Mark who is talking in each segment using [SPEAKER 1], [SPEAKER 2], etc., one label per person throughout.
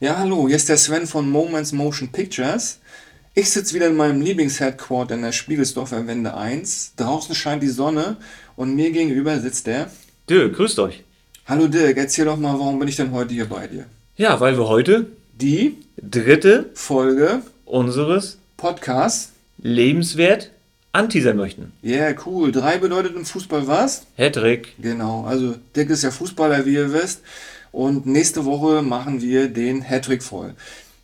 [SPEAKER 1] Ja, hallo, hier ist der Sven von Moments Motion Pictures. Ich sitze wieder in meinem Lieblingsheadquarter in der Spiegelsdorfer Wende 1. Draußen scheint die Sonne und mir gegenüber sitzt der.
[SPEAKER 2] Dö, grüßt euch.
[SPEAKER 1] Hallo Dirk, erzähl doch mal, warum bin ich denn heute hier bei dir?
[SPEAKER 2] Ja, weil wir heute
[SPEAKER 1] Die
[SPEAKER 2] dritte
[SPEAKER 1] Folge
[SPEAKER 2] unseres
[SPEAKER 1] Podcast.
[SPEAKER 2] Lebenswert anteasern möchten.
[SPEAKER 1] Yeah, cool. Drei bedeutet im Fußball was?
[SPEAKER 2] Hattrick.
[SPEAKER 1] Genau, also Dirk ist ja Fußballer, wie ihr wisst. Und nächste Woche machen wir den Hattrick voll.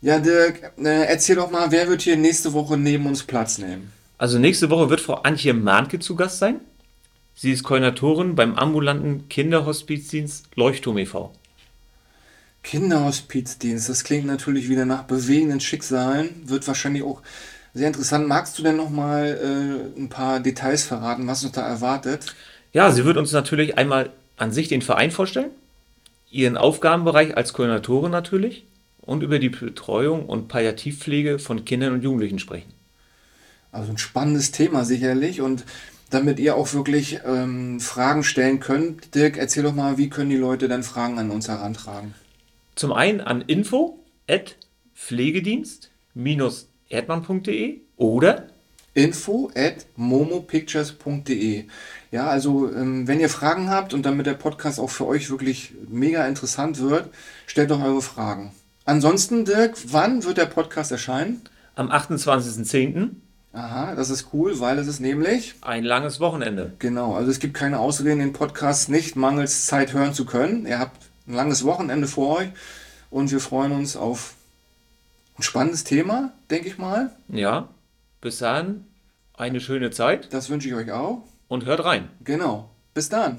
[SPEAKER 1] Ja, Dirk, äh, erzähl doch mal, wer wird hier nächste Woche neben uns Platz nehmen?
[SPEAKER 2] Also nächste Woche wird Frau Antje Mahnke zu Gast sein. Sie ist Koordinatorin beim ambulanten Kinderhospizdienst Leuchtturm e e.V.
[SPEAKER 1] Kinderhospizdienst, das klingt natürlich wieder nach bewegenden Schicksalen, wird wahrscheinlich auch sehr interessant. Magst du denn noch mal äh, ein paar Details verraten, was uns da erwartet?
[SPEAKER 2] Ja, sie wird uns natürlich einmal an sich den Verein vorstellen, ihren Aufgabenbereich als Koordinatorin natürlich und über die Betreuung und Palliativpflege von Kindern und Jugendlichen sprechen.
[SPEAKER 1] Also ein spannendes Thema sicherlich und damit ihr auch wirklich ähm, Fragen stellen könnt, Dirk, erzähl doch mal, wie können die Leute dann Fragen an uns herantragen?
[SPEAKER 2] Zum einen an info at pflegedienst-erdmann.de oder
[SPEAKER 1] Info at momopictures.de. Ja, also ähm, wenn ihr Fragen habt und damit der Podcast auch für euch wirklich mega interessant wird, stellt doch eure Fragen. Ansonsten, Dirk, wann wird der Podcast erscheinen?
[SPEAKER 2] am 28.10.
[SPEAKER 1] Aha, das ist cool, weil es ist nämlich,
[SPEAKER 2] ein langes Wochenende.
[SPEAKER 1] genau, also es gibt keine Ausreden, den Podcast nicht mangels Zeit hören zu können. Ihr habt ein langes Wochenende vor euch und wir freuen uns auf ein spannendes Thema, denke ich mal.
[SPEAKER 2] Ja, bis dahin eine schöne Zeit
[SPEAKER 1] Das wünsche ich euch auch.
[SPEAKER 2] und hört rein.
[SPEAKER 1] Genau, bis dann.